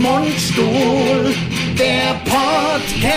Mundstuhl, der Podcast.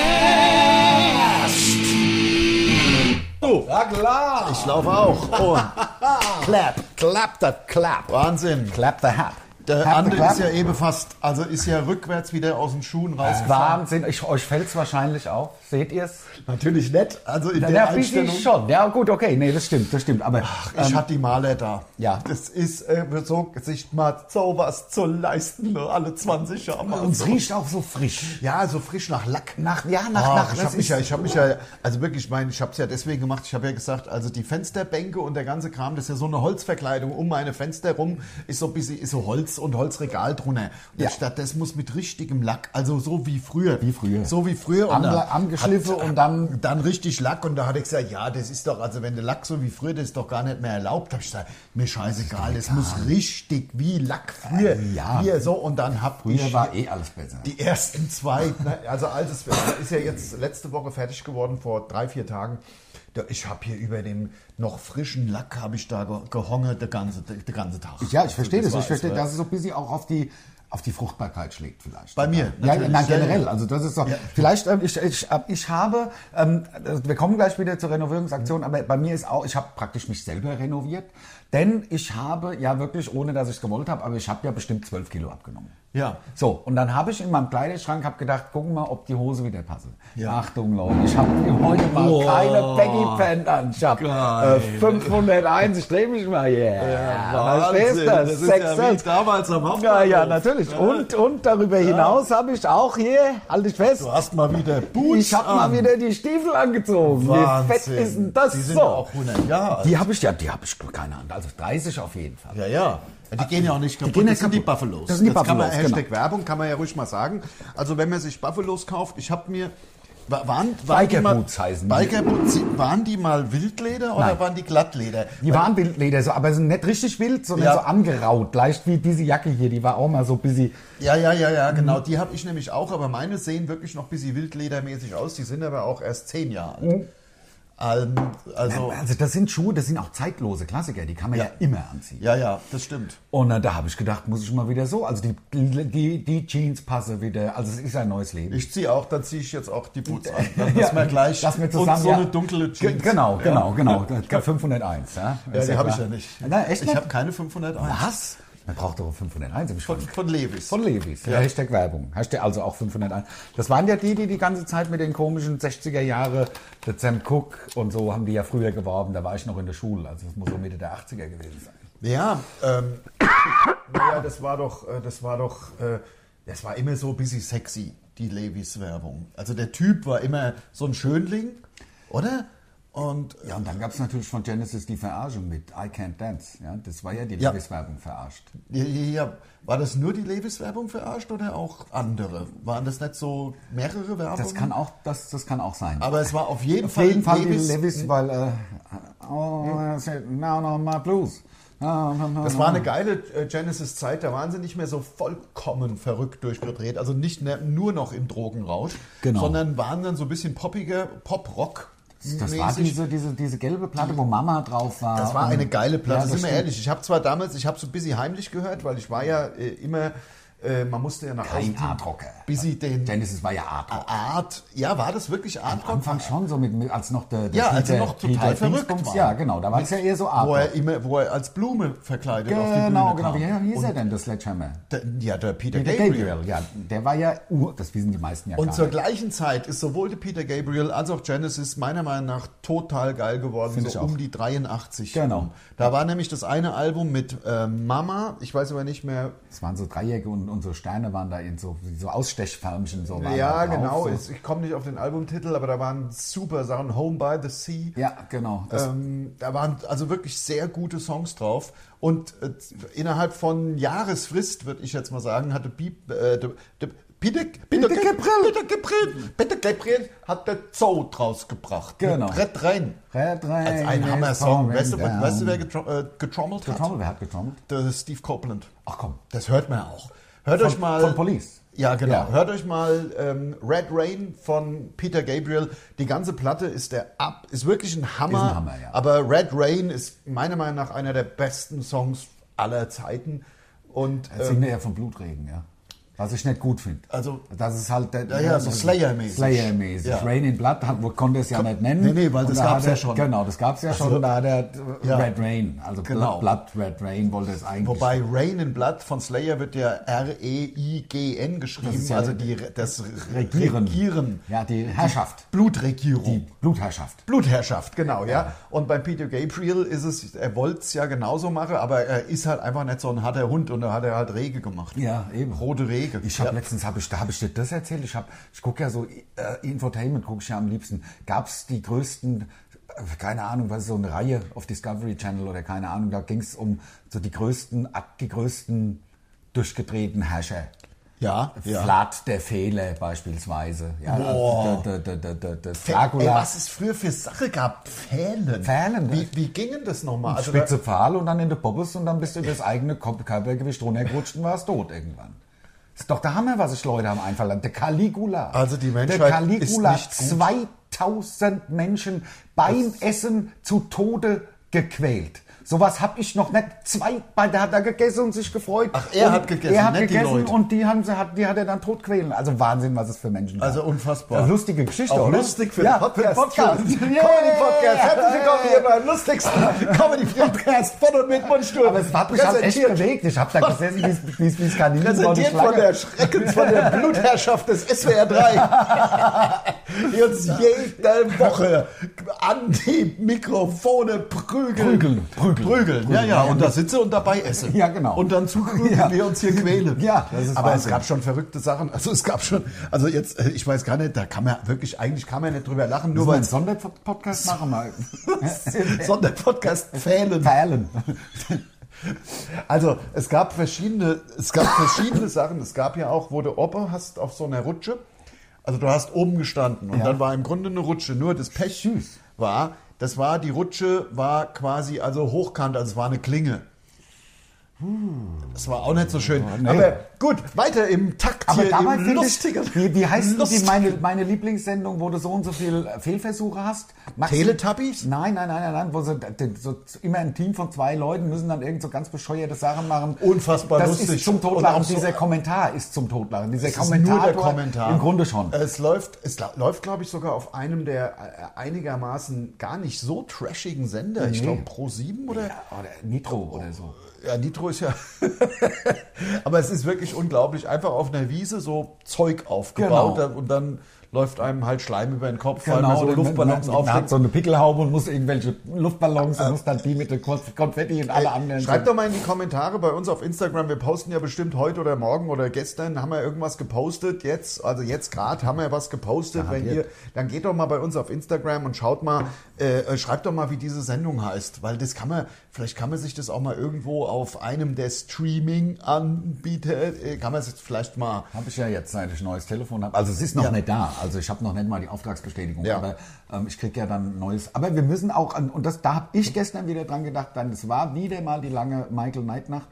Ja klar. Ich laufe auch. Und clap, Clap that clap. Wahnsinn. Clap the hap. Der Hap the andere clap. ist ja eben fast, also ist ja rückwärts wieder aus den Schuhen rausgefahren. Wahnsinn. Ich, euch fällt es wahrscheinlich auf. Seht ihr es? Natürlich nett. Also in der Ja, Einstellung. ich schon. Ja gut, okay. Nee, das stimmt, das stimmt. Aber Ich hatte die Maler da. ja. Das ist, äh, so, sich mal so was zu leisten, ne? alle 20 Jahre. mal uns so. riecht auch so frisch. Ja, so frisch nach Lack. Nach- ja, nach- Ah, nach- Ich das habe mich ist- ja, ich habe mich ja, also wirklich, ich meine, ich habe es ja deswegen gemacht. Ich habe ja gesagt, also die Fensterbänke und der ganze Kram, das ist ja so eine Holzverkleidung um meine Fenster rum, ist so ein bisschen, ist so Holz und Holzregal drunter. Und Ja. ich dachte, das muss mit richtigem Lack, also so wie früher. Wie früher. So wie früher. Am- da angeschliffen hat- und dann- Dann richtig Lack. Und da hatte ich gesagt, ja, das ist doch, also wenn der Lack so wie früher, das ist doch gar nicht mehr erlaubt. Da habe ich gesagt, mir scheißegal, das muss richtig wie Lack früher. Äh, Ja. Hier so. Und dann hab Früher ich war eh alles besser. die ersten zwei, ne, also als es ist ja jetzt letzte Woche fertig geworden, vor drei, vier Tagen. Da- Ich habe hier über dem noch frischen Lack habe ich da ge- gehongert den ganzen, den ganzen Tag. ne? ja, ich verstehe das. war- Ich verstehe, war- dass es so ein bisschen auch auf die auf die Fruchtbarkeit schlägt vielleicht. Bei mir, Ja, natürlich. nein, Ja, ja. generell. Also das ist doch. Ja. Vielleicht, ähm, ich, ich, äh, ich habe, ähm, äh, wir kommen gleich wieder zur Renovierungsaktion, aber bei mir ist auch, ich habe praktisch mich selber renoviert, denn ich habe ja wirklich, ohne dass ich es gewollt habe, aber ich habe ja bestimmt 12 Kilo abgenommen. Ja. So, und dann habe ich in meinem Kleiderschrank hab gedacht, gucken mal, ob die Hose wieder passen. Ja. Achtung, Leute, ich habe heute mal Wow. keine Baggy-Pant an. Ich habe äh, 501, ich drehe mich mal hier. Ja, verstehst du? Wahnsinn. Das ist Sex ja wie sells. damals am Ja, Hauptbahnhof. ja, natürlich. Und, und darüber hinaus habe ich auch hier, halt dich fest, Du hast mal wieder Boots ich habe mal an. wieder die Stiefel angezogen. Wie fett Wahnsinn. ist denn das Die sind so? ja auch 100 Jahre alt. die habe ich ja, die habe ich keine Ahnung. Also 30 auf jeden Fall. Ja, ja. Die gehen ja auch nicht kaputt. gehen ja das sind die kaputt. Buffalos. Das sind die kann man, Buffalos, genau. Hashtag Werbung kann man ja ruhig mal sagen. Also wenn man sich Buffalos kauft, ich habe mir... wa- Waren, waren Biker die mal- Boots heißen die. Biker Boots, waren die mal Wildleder oder Nein. waren die Glattleder? Die waren Wildleder, so, aber sind nicht richtig wild, sondern Ja. so angeraut. Leicht wie diese Jacke hier, die war auch mal so ein bisschen. Ja, ja, ja, ja, genau. Die habe ich nämlich auch, aber meine sehen wirklich noch ein bisschen wildledermäßig aus. Die sind aber auch erst zehn Jahre alt. Ähm, also, Also das sind Schuhe, das sind auch zeitlose Klassiker, die kann man ja, Ja. immer anziehen. ja, ja, das stimmt. Und äh, da habe ich gedacht, muss ich mal wieder so. Also die, die, die Jeans passe wieder. Also es ist ein neues Leben. Ich ziehe auch, dann ziehe ich jetzt auch die Boots an. Dann lassen wir gleich Lass mir zusammen, und so ja. eine dunkle Ge- Jeans. Genau, genau, genau. Ja. 501, ja. Ja, die habe ich klar. ja nicht. Na, echt ich nicht? habe keine 501. Was? Man braucht doch um 501 im Von, Schrank. von Levis. Von Levis. Ja. Hashtag Werbung. Hashtag also auch 501. Das waren ja die, die die ganze Zeit mit den komischen 60er Jahre, der Sam Cook und so haben die ja früher geworben. Da war ich noch in der Schule. Also das muss so Mitte der 80er gewesen sein. Ja, ähm, naja, das war doch, äh, das war doch, äh, das war immer so ein bisschen sexy, die Levis-Werbung. Also der Typ war immer so ein Schönling, oder? Und äh, Ja, und dann gab es natürlich von Genesis die Verarschung mit I Can't Dance. Ja, das war ja die Ja. Levis-Werbung verarscht. ja, ja, ja, war das nur die Levis-Werbung verarscht oder auch andere? Waren das nicht so mehrere Werbungen? Das kann auch, das, das kann auch sein. Aber es war auf jeden Auf Fall, jeden Fall Levis. die Levis, weil äh, oh, I said, now no my blues. No, no, no, Hm? Das war eine geile äh, Genesis-Zeit, da waren sie nicht mehr so vollkommen verrückt durchgedreht, also nicht ne- nur noch im Drogenrausch, Genau. sondern waren dann so ein bisschen poppiger, Pop-Rock. das war diese, diese, diese gelbe Platte, wo Mama drauf war. Das war Und- eine geile Platte, Ja, das sind wir stimmt. ehrlich. Ich habe zwar damals, ich habe so ein bisschen heimlich gehört, weil ich war ja äh, immer, äh, man musste ja nach Kein außen Art-Rocker. busy den Genesis war ja Art Ah, Rock. Art, ja, war das wirklich Art Am Rock? Anfang schon so, mit- mit, als noch der, der Ja, als er noch total verrückt Dingsbums- war. Ja, genau, da war es ja eher so Art Wo er, Rock. immer, wo er als Blume verkleidet auf die Bühne Genau, genau. kam. Wie wie hieß Und er denn, der Sledgehammer? der, ja, der Peter, Der Gabriel. Gabriel, ja. Der war ja, ur, das wissen die meisten ja Und gar zur nicht. gleichen Zeit ist sowohl der Peter Gabriel als auch Genesis meiner Meinung nach total geil geworden, Finde so ich auch. um die 83. Genau. rum. Da war nämlich das eine Album mit äh, Mama, ich weiß aber nicht mehr. Es waren so Dreiecke und, und so Sterne waren da in so, so Ausstechförmchen. So waren ja, da drauf, genau, So. ist- ich komme nicht auf den Albumtitel, aber da waren super Sachen, Home by the Sea. Ja, genau. Das Ähm, da waren also wirklich sehr gute Songs drauf. Und äh, innerhalb von Jahresfrist, würde ich jetzt mal sagen, hatte Bieb, äh, de, de, Peter, Peter, Gabriel, Peter Gabriel, Peter Gabriel hat der Zoo draus gebracht. Genau. Mit Red rein. Red Rein Als ein is Hammer-Song. coming Weißt du, down. weißt du, wer getro äh, getrommelt hat? Getrommelt, wer hat getrommelt? Der Steve Copeland. Ach komm. Das hört man auch. Hört Von- euch mal. von Police. Ja, genau. Ja. Hört euch mal ähm, Red Rain von Peter Gabriel. Die ganze Platte ist der ab, ist wirklich ein Hammer. Ist ein Hammer, ja. Aber Red Rain ist meiner Meinung nach einer der besten Songs aller Zeiten. Und äh, Jetzt singt er ja vom Blutregen, ja. Was ich nicht gut finde. Ähm. Also- das ist halt der, Ja, ja, so Slayer-mäßig. Slayer-mäßig. Ja. Rain in Blood hat, konnte es ja nicht nennen. Nee, nee, weil Und das da gab's hat ja er- schon. Also Genau, das gab es ja schon. Da hat er ja. Red Rain, also Genau. Blood, Red Rain wollte es eigentlich. Wobei Rain in Blood von Slayer wird ja E R-E-I-G-N geschrieben, ist ja also die, Re- das regieren. Regieren. Oh. Ja, die Herrschaft. Blutregierung. Die Blutherrschaft. Blutherrschaft, genau, ja. Und bei Peter Gabriel ist es, er wollte es ja genauso machen, aber er ist halt einfach nicht so ein harter Hund und da hat er halt Rege gemacht. Ja, eben. Rote Rege. Ich habe ja. letztens, hab ich, da habe ich dir das erzählt. Ich, hab, ich gucke ja so, äh, Infotainment gucke ich ja am liebsten. Gab es die größten, äh, keine Ahnung, was ist so eine Reihe auf Discovery Channel oder keine Ahnung, da ging es um so die größten, ab- die größten durchgedrehten Herrscher. Ja, ja. Vlad der Fehler beispielsweise. Ja, Boah. der, der, der, der, der Fe- Dracula. Ey, was es früher für Sache gab? Pfählen. Pfählen, Wie, wie ging denn das nochmal? Also da- Spitze Pfahl und dann in der Bobbes und dann bist du über das eigene Kop- Körpergewicht runtergerutscht und warst tot irgendwann. Ist doch der Hammer, was sich Leute haben einfallen lassen. Der Caligula. Also die Menschheit Der Caligula, ist nicht 2000 Menschen beim Essen zu Tode gequält. Sowas hab ich noch nicht. Zwei, bei- der hat da gegessen und sich gefreut. Ach, er und hat gegessen, Er hat nicht die gegessen Leute. und die, haben, sie- hat, die hat er dann tot quälen. Also Wahnsinn, was es für Menschen gab. Also unfassbar. Eine lustige Geschichte, auch oder? lustig für ja, den, Pod- für den Podcast. Yeah. Comedy-Podcast. Herzlich willkommen hier beim lustigsten Comedy-Podcast von und mit Mundstuhl. Aber es hat mich halt echt bewegt. Ich habe da gesessen, wie es- wie es Kaninchen Präsentiert von der Schreckens, von der Blutherrschaft des SWR 3, die uns jede Woche an die Mikrofone prügeln. Prügeln, prügeln. prügeln. Ja, ja, und da sitze und dabei esse. Ja, genau. Und dann zugrügeln Ja. wir uns hier quälen. Ja, das ist Aber Wahnsinn. es gab schon verrückte Sachen. Also es gab schon, also jetzt, äh, ich weiß gar nicht, da kann man wirklich, eigentlich kann man nicht drüber lachen, nur Nur weil einen Sonderpodcast machen mal. Sonderpodcast fehlen. Perlen. Also es gab verschiedene, es gab verschiedene Sachen. Es gab ja auch, wo du Oppe hast auf so einer Rutsche. Also du hast oben gestanden und Ja. dann war im Grunde eine Rutsche. Nur das Pech war, das war die Rutsche war quasi also hochkant, also es war eine Klinge. Das war auch nicht so schön. Oh, nee. Aber gut, weiter im Takt Aber hier, damals im finde lustigen. ich, wie, wie heißt denn die Lust- meine, meine Lieblingssendung, wo du so und so viel Fehlversuche hast? Maxi- Teletubbies? Nein, nein, nein, nein, nein, wo so, den- so immer ein Team von zwei Leuten müssen dann irgend so ganz bescheuerte Sachen machen. Unfassbar das lustig. ist zum Und Totlachen. auch so- Dieser Kommentar ist zum Totlachen. Dieser Es ist nur Kommentar. der Kommentar. Äh. Im Grunde schon. Es läuft, es la- läuft glaube ich, sogar auf einem der äh, einigermaßen gar nicht so trashigen Sender. Ich glaube, Pro7 oder. Ja, oder Nitro oder so. Ja, Nitro ist ja. Aber es ist wirklich unglaublich. Einfach auf einer Wiese so Zeug aufgebaut Genau. und dann läuft einem halt Schleim über den Kopf, weil man so dann- Luftballons man- man hat auflegt. so eine Pickelhaube und muss irgendwelche Luftballons und muss dann die mit dem Konf- Konfetti und alle anderen. Schreibt doch mal in die Kommentare bei uns auf Instagram. Wir posten ja bestimmt heute oder morgen oder gestern haben wir irgendwas gepostet. Jetzt, also jetzt gerade haben wir was gepostet. Wenn ihr, dann geht doch mal bei uns auf Instagram und schaut mal, äh, äh, schreibt doch mal, wie diese Sendung heißt, weil das kann man, vielleicht kann man sich das auch mal irgendwo auf einem der Streaming-Anbieter, äh, kann man sich vielleicht mal. Habe ich ja jetzt, seit ich ein neues Telefon habe. Also es ist noch Ja. nicht da. Also ich habe noch nicht mal die Auftragsbestätigung. Ja. Aber ähm, ich kriege ja dann ein neues. Aber wir müssen auch, an, und das, da habe ich gestern wieder dran gedacht, denn es war wieder mal die lange Michael Knight Nacht.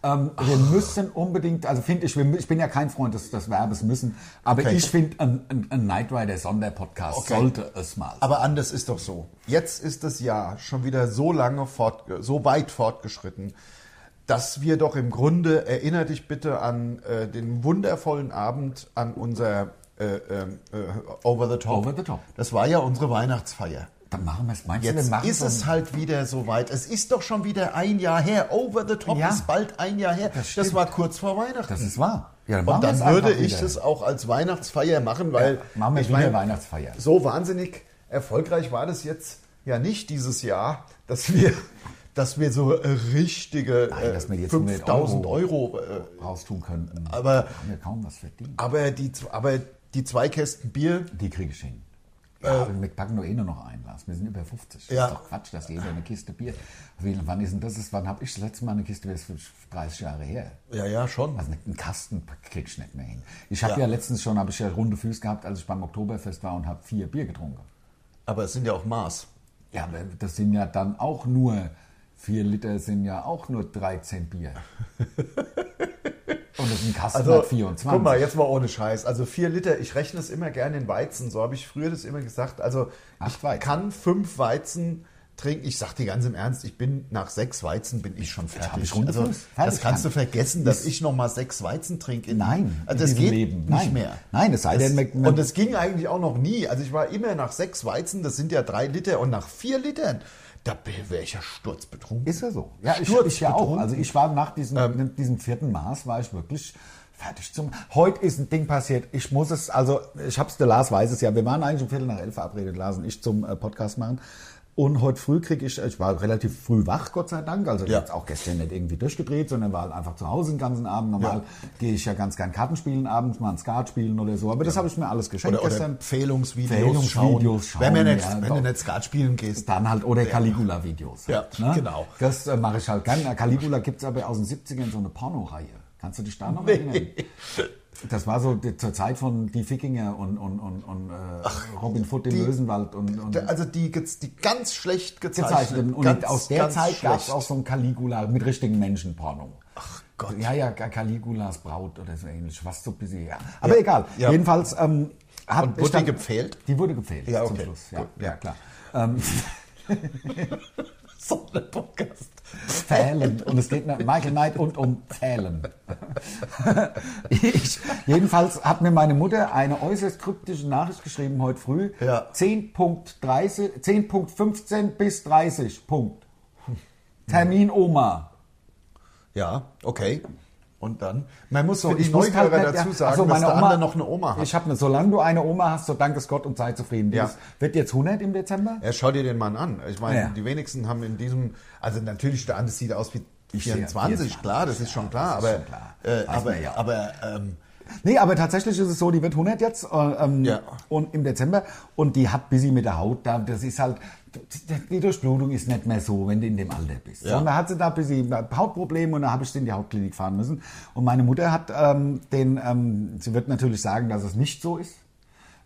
Ähm, wir müssen unbedingt, also finde ich, wir, mü- ich bin ja kein Freund des, des Verbes müssen, aber Okay. ich finde, ein, ein, ein Knight Rider Sonderpodcast Okay. sollte es mal. Aber anders ist doch so. Jetzt ist das Jahr schon wieder so lange fort, so weit fortgeschritten, dass wir doch im Grunde, erinnere dich bitte an äh, den wundervollen Abend an unser äh, äh, äh, Over the Top. Over the Top. Das war ja unsere Weihnachtsfeier. Dann machen wir es. Meinst du, wir Jetzt machen ist so ein- es halt wieder so weit. Es ist doch schon wieder ein Jahr her. Over the Top Ja. ist bald ein Jahr her. Das, stimmt. war kurz vor Weihnachten. Das ist wahr. Ja, machen Und wir dann es einfach würde ich wieder. das auch als Weihnachtsfeier machen, weil machen wir ich wieder meine, Weihnachtsfeier. so wahnsinnig erfolgreich war das jetzt ja nicht dieses Jahr, dass wir, dass wir so äh, richtige Nein, dass wir äh, jetzt 5000 Euro- Euro. äh, raustun könnten. aber, haben wir kaum was verdient. aber, die, z- aber die zwei Kästen Bier, Die kriege ich hin. Ja, aber wir packen nur eh nur noch ein, Lars. Wir sind über 50. Äh, Ja. Das ist doch Quatsch, dass jeder eine Kiste Bier. Wie, wann ist denn das? Ist, wann habe ich das letzte Mal eine Kiste Bier? Das ist 30 Jahre her. ja, ja, schon. Also einen Kasten krieg ich nicht mehr hin. Ich habe ja. Ja. letztens schon, habe ich ja runde Füße gehabt, als ich beim Oktoberfest war und habe vier Bier getrunken. Aber es sind ja auch Maß. Ja, aber das sind ja dann auch nur, vier Liter sind ja auch nur 13 Bier. Und das ist ein Kasten Also, hat 24. guck mal, jetzt mal ohne Scheiß. Also vier Liter, ich rechne es immer gerne in Weizen. So habe ich früher das immer gesagt. Also Acht ich Weizen. kann fünf Weizen trinken. Ich sag dir ganz im Ernst, ich bin nach sechs Weizen bin ich schon fertig. Also hab ich runde Fuß. Fertig, das kannst Mann. du vergessen, dass ich noch mal sechs Weizen trinke. in- Nein, also in das diesem geht Leben. nicht Nein. mehr. Nein, es sei denn, das, man- man- und das ging eigentlich auch noch nie. Also ich war immer nach sechs Weizen, das sind ja drei Liter und nach vier Litern, da wäre ich ja sturzbetrunken. Ist ja so. Ja, ich, Sturz ich ja auch. betrunken. Also ich war nach diesem, Ähm. diesem vierten Maß war ich wirklich fertig zum. Heute ist ein Ding passiert. Ich muss es, also ich hab's, der Lars weiß es ja. Wir waren eigentlich um Viertel nach elf verabredet, Lars und ich zum äh, Podcast machen. Und heute früh krieg ich, ich war relativ früh wach, Gott sei Dank. Also Ja. jetzt auch gestern nicht irgendwie durchgedreht, sondern war halt einfach zu Hause den ganzen Abend. Normal gehe ich ja ganz gern Karten spielen abends, mal ein Skat spielen oder so. Aber das habe ich mir alles geschenkt oder, oder gestern. Empfehlungsvideos, Empfehlungsvideos schauen. Wenn, du schauen, nicht, ja, wenn doch. du nicht Skat spielen gehst. Dann halt, oder Caligula-Videos. halt, Ja, genau. Das äh, mache ich halt gerne. Caligula gibt es aber aus den 70ern so eine Pornoreihe. Kannst du dich da noch erinnern? Das war so die, zur Zeit von Die Fickinger und, und, und, und äh, Robin Hood im die- Lösenwald und, und Also die, gez- die ganz schlecht gezeichneten. gezeichnet. Und ganz, aus der ganz Zeit gab es schlecht. auch so ein Caligula mit richtigen Menschen-Porno. Ach Gott. Ja, ja, Caligulas Braut oder so ähnlich. Was so bisschen, ja. Aber egal. Ja. Jedenfalls ähm, hat Und wurde die stand- gepfählt? Die wurde gepfählt Ja, zum okay. Schluss. Ja, Gut, ja. ja. klar. Ähm, so ein Podcast. Pfählen. Und es geht nach Michael Knight und um Pfählen. ich, jedenfalls hat mir meine Mutter eine äußerst kryptische Nachricht geschrieben heute früh. Ja. 10.30, 10.15 bis 30. Punkt. Termin Oma. Ja, okay. Und dann? Man muss so, Für die ich musst Neugierer halt nicht- dazu ja, sagen, ach so, dass meine der Oma- andere noch eine Oma hat. Ich habe eine, solange du eine Oma hast, so dank es Gott und sei zufrieden. Die Ja. ist, wird jetzt 100 im Dezember? Ja, schau dir den Mann an. Ich meine, Ja. die wenigsten haben in diesem, also natürlich, der andere sieht aus wie Ich sehe 24, 24, klar, das ist schon klar, das ist aber, schon klar. Äh, Weiß aber, man ja. aber ähm, Nee, aber tatsächlich ist es so, die wird 100 jetzt äh, ähm, Ja. und im Dezember und die hat busy mit der Haut. Da, das ist halt, die Durchblutung ist nicht mehr so, wenn du in dem Alter bist. Ja. Und da hat sie da busy Hautprobleme und da habe ich sie in die Hautklinik fahren müssen. Und meine Mutter hat ähm, den, ähm, sie wird natürlich sagen, dass es nicht so ist.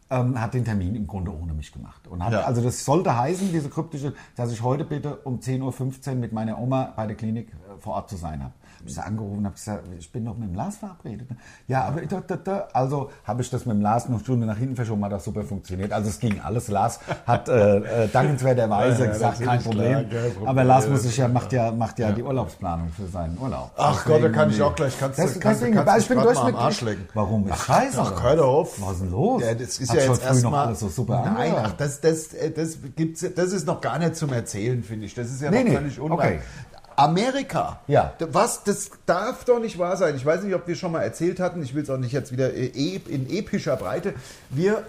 Ähm, hat den Termin im Grunde ohne mich gemacht. Und hat, Ja. Also das sollte heißen, diese kryptische, dass ich heute bitte um 10.15 Uhr mit meiner Oma bei der Klinik äh, vor Ort zu sein habe. Hab ich sie angerufen und habe gesagt, ich bin noch mit dem Lars verabredet. ne? Ja, aber da, da, da. also habe ich das mit dem Lars noch eine Stunde nach hinten verschoben, hat auch super funktioniert. Also es ging alles. Lars hat äh, äh, dankenswerterweise Ja, ja, gesagt, das kein ist klar, Problem. kein Problem. Aber Lars muss sich ja, macht ja, macht ja, die Urlaubsplanung für seinen Urlaub. Ach Gott, da kann ich Deswegen- auch gleich- kannst du- Das- kannst du- deswegen, kannst du ich bin mich grad durch mal mit am Arsch lecken. Warum? Ich scheiße. Ach, hör doch auf. Was ist denn los? Ja, das ist Hat ja sich heute jetzt früh noch erstmal alles so super Nein, angehört. ach, das, das, äh, das, gibt's, ja- das ist noch gar nicht zum Erzählen, finde ich. Das ist ja Nee, noch nee, völlig unwahr. okay. Amerika. Ja. D- Was? Das darf doch nicht wahr sein. Ich weiß nicht, ob wir schon mal erzählt hatten. Ich will es auch nicht jetzt wieder äh, ep- in epischer Breite. Wir,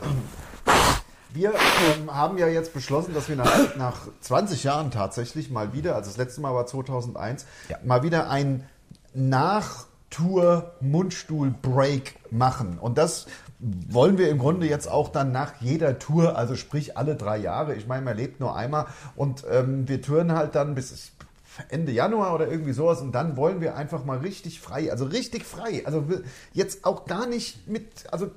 wir ähm, haben ja jetzt beschlossen, dass wir nach, nach 20 Jahren tatsächlich mal wieder, also das letzte Mal war 2001, Ja. mal wieder ein Nach-Tour-Mundstuhl-Break machen. Und das wollen wir im Grunde jetzt auch dann nach jeder Tour, also sprich alle drei Jahre. Ich meine, man lebt nur einmal und ähm, wir touren halt dann bis Ende Januar oder irgendwie sowas und dann wollen wir einfach mal richtig frei, also richtig frei, also wir- jetzt auch gar nicht mit, also,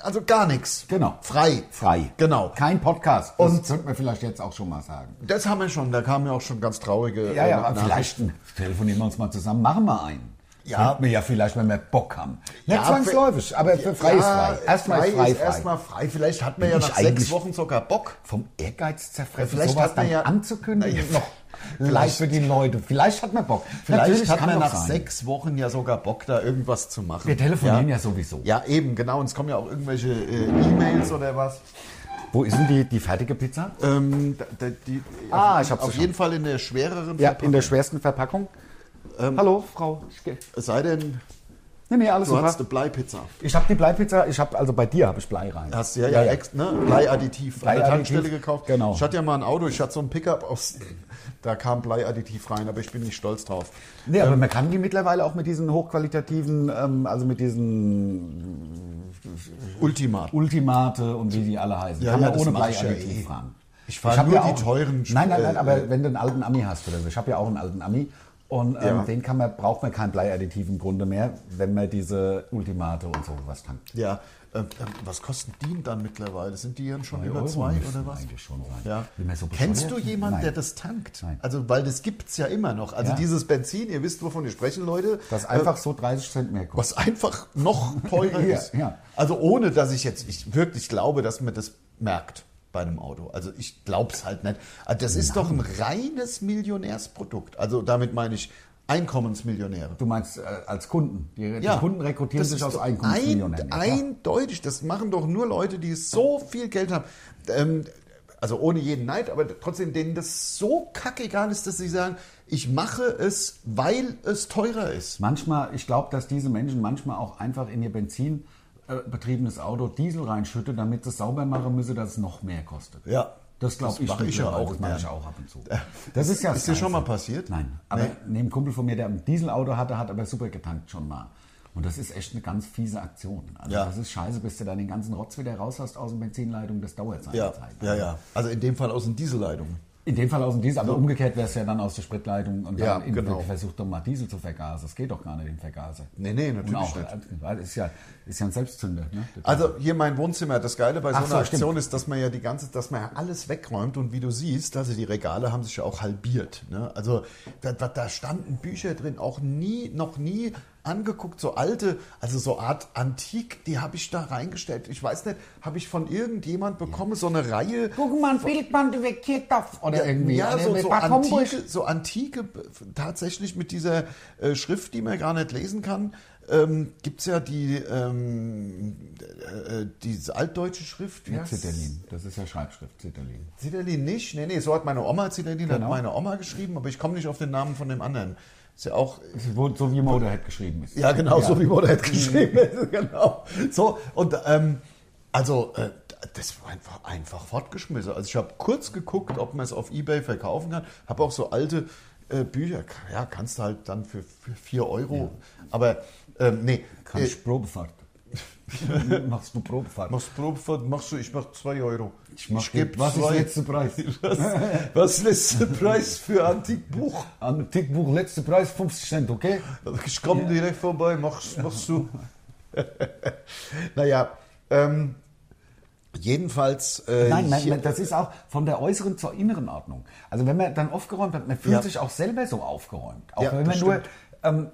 also gar nichts. Genau. Frei. Frei. Genau. Kein Podcast. Das Und- sollten wir vielleicht jetzt auch schon mal sagen. Das haben wir schon, da kamen ja auch schon ganz traurige Ja, äh, ja, aber Nachrichten. vielleicht telefonieren wir uns mal zusammen, machen wir einen. Ja. Könnten wir ja vielleicht, wenn wir Bock haben. Nicht Ja, zwangsläufig, aber für Äh, frei ist frei. Erstmal frei ist frei ist frei. erstmal frei. Vielleicht hat Bin man ja ich nach sechs eigentlich- Wochen sogar Bock. Vom Ehrgeiz zerfressen, Vielleicht sowas hat man dann ja- anzukündigen, Naja, noch vielleicht für die Leute. Vielleicht hat man Bock. Vielleicht Natürlich hat kann man doch nach sechs Wochen ja sogar Bock, da irgendwas zu machen. Wir telefonieren ja, sowieso. Ja, eben, genau. Und es kommen ja auch irgendwelche äh, E-Mails oder was. Wo ist denn die, die fertige Pizza? Ähm, da, da, die, Ah, auf, ich hab's Auf schon. jeden Fall in der schwereren Ja, Verpackung. in der schwersten Verpackung. Hallo, Frau. Ske- Es sei denn, Nee, nee, alles du super. hast eine Bleipizza. Ich habe die Bleipizza, ich habe also bei dir habe ich Blei rein. Hast du ja, ja, Ex, ne? Bleiadditiv an der Bleiadditiv, Tankstelle gekauft. genau. Ich hatte ja mal ein Auto, ich hatte so ein Pickup aus. Da kam Bleiadditiv rein, aber ich bin nicht stolz drauf. Nee, Ähm. aber man kann die mittlerweile auch mit diesen hochqualitativen, ähm, also mit diesen Ultimat. Ultimate und wie die alle heißen. Ja, kann ja, man das ohne mach ich ja Bleiadditiv eh. fahren. Ich fahr hab nur die teuren Sch- Nein, nein, nein, äh, aber wenn du einen alten Ami hast oder so. Ich habe ja auch einen alten Ami. Und ähm, Ja. den kann man, braucht man kein Bleiadditiv im Grunde mehr, wenn man diese Ultimate und sowas tankt. Ja, ähm, ähm, was kosten die denn dann mittlerweile? Sind die dann schon über Euro zwei müssen oder was? eigentlich schon sein. Ja. Bin mir so Kennst du bescheuert? jemanden, Nein. der das tankt? Nein. Also, weil das gibt es ja immer noch. Also Ja. dieses Benzin, ihr wisst, wovon wir sprechen, Leute. Das äh, einfach so 30 Cent mehr kostet. was einfach noch teurer Ja, ist. ja. Also ohne, dass ich jetzt ich wirklich glaube, dass man das merkt. bei einem Auto. Also ich glaub's halt nicht. Also Das ist doch ein reines Millionärsprodukt. Also damit meine ich Einkommensmillionäre. Du meinst äh, als Kunden. Die, die Kunden rekrutieren das sich ist aus doch Einkommensmillionären. ja, Ein, klar. eindeutig, das machen doch nur Leute, die so viel Geld haben. Ähm, also ohne jeden Neid, aber trotzdem, denen das so kackegal ist, dass sie sagen, ich mache es, weil es teurer ist. Manchmal, ich glaube, dass diese Menschen manchmal auch einfach in ihr Benzin äh, betriebenes Auto Diesel reinschütten, damit sie es sauber machen müssen, dass es noch mehr kostet. Ja. Das glaube Das ich, mach ich ja mittlerweile. auch Das mache ich gern. auch ab und zu. Das ist ja Ist dir das schon mal Geilste. passiert? Nein, aber neben Kumpel von mir, der ein Dieselauto hatte, hat aber super getankt schon mal. Und das ist echt eine ganz fiese Aktion. Also Ja. das ist scheiße, bis du dann den ganzen Rotz wieder raus hast aus den Benzinleitungen. Das dauert seine Ja, Zeit. ja, ja. Also in dem Fall aus den Dieselleitungen. In dem Fall aus dem Diesel, aber umgekehrt wäre es ja dann aus der Spritleitung und Ja, dann in- genau. versucht doch mal Diesel zu vergasen. Das geht doch gar nicht den Vergaser. Nee, nee, natürlich Und auch, äh, nicht. Weil ist ja, ist ja ein Selbstzünder. Ne? Also hier mein Wohnzimmer. Das Geile bei so Ach einer so, Aktion stimmt. ist, dass man ja die ganze, dass man ja alles wegräumt und wie du siehst, also die Regale haben sich ja auch halbiert. Ne? Also da, da, da standen Bücher drin, auch nie, noch nie angeguckt, so alte, also so Art Antik, die habe ich da reingestellt. Ich weiß nicht, habe ich von irgendjemand bekommen, so eine Reihe. Guck mal, ein Bildband über Kirchhoff oder irgendwie. Ja, Oder so, mit so, Bad Homburg. antike, so antike, b- f- tatsächlich mit dieser äh, Schrift, die man gar nicht lesen kann, ähm, gibt es ja die, ähm, äh, diese altdeutsche Schrift. wie Ja, heißt Zitterlin. Das ist ja Schreibschrift, Zitterlin. Zitterlin nicht? Nee, nee, so hat meine Oma Zitterlin, Genau. hat meine Oma geschrieben, aber ich komme nicht auf den Namen von dem anderen. Ist ja auch Wo- So wie Motorhead geschrieben ist. ja, genau, so wie Mhm. Motorhead geschrieben ist. Genau. So, und ähm, also, äh, das war einfach, einfach fortgeschmissen. Also, ich habe kurz geguckt, ob man es auf Ebay verkaufen kann. Habe auch so alte äh, Bücher. Ja, kannst du halt dann für 4 Euro. Aber, ähm, nee. Kannst Probefahrt. Machst du Probefahrt? machst du Probefahrt, machst du, ich mach 2 Euro. Ich, Mach geb den- was ist zwei. letzter Preis? Was, was ist letzter Preis für Antikbuch? Am Tickbuch letzter Preis 50 Cent, okay? Ich komme direkt vorbei, mach's, mach's zu. naja, ähm, jedenfalls. Äh, Nein, nein, hier- nein, das ist auch von der äußeren zur inneren Ordnung. Also wenn man dann aufgeräumt hat, man fühlt Ja. sich auch selber so aufgeräumt. Auch Ja, wenn man das nur stimmt. ähm,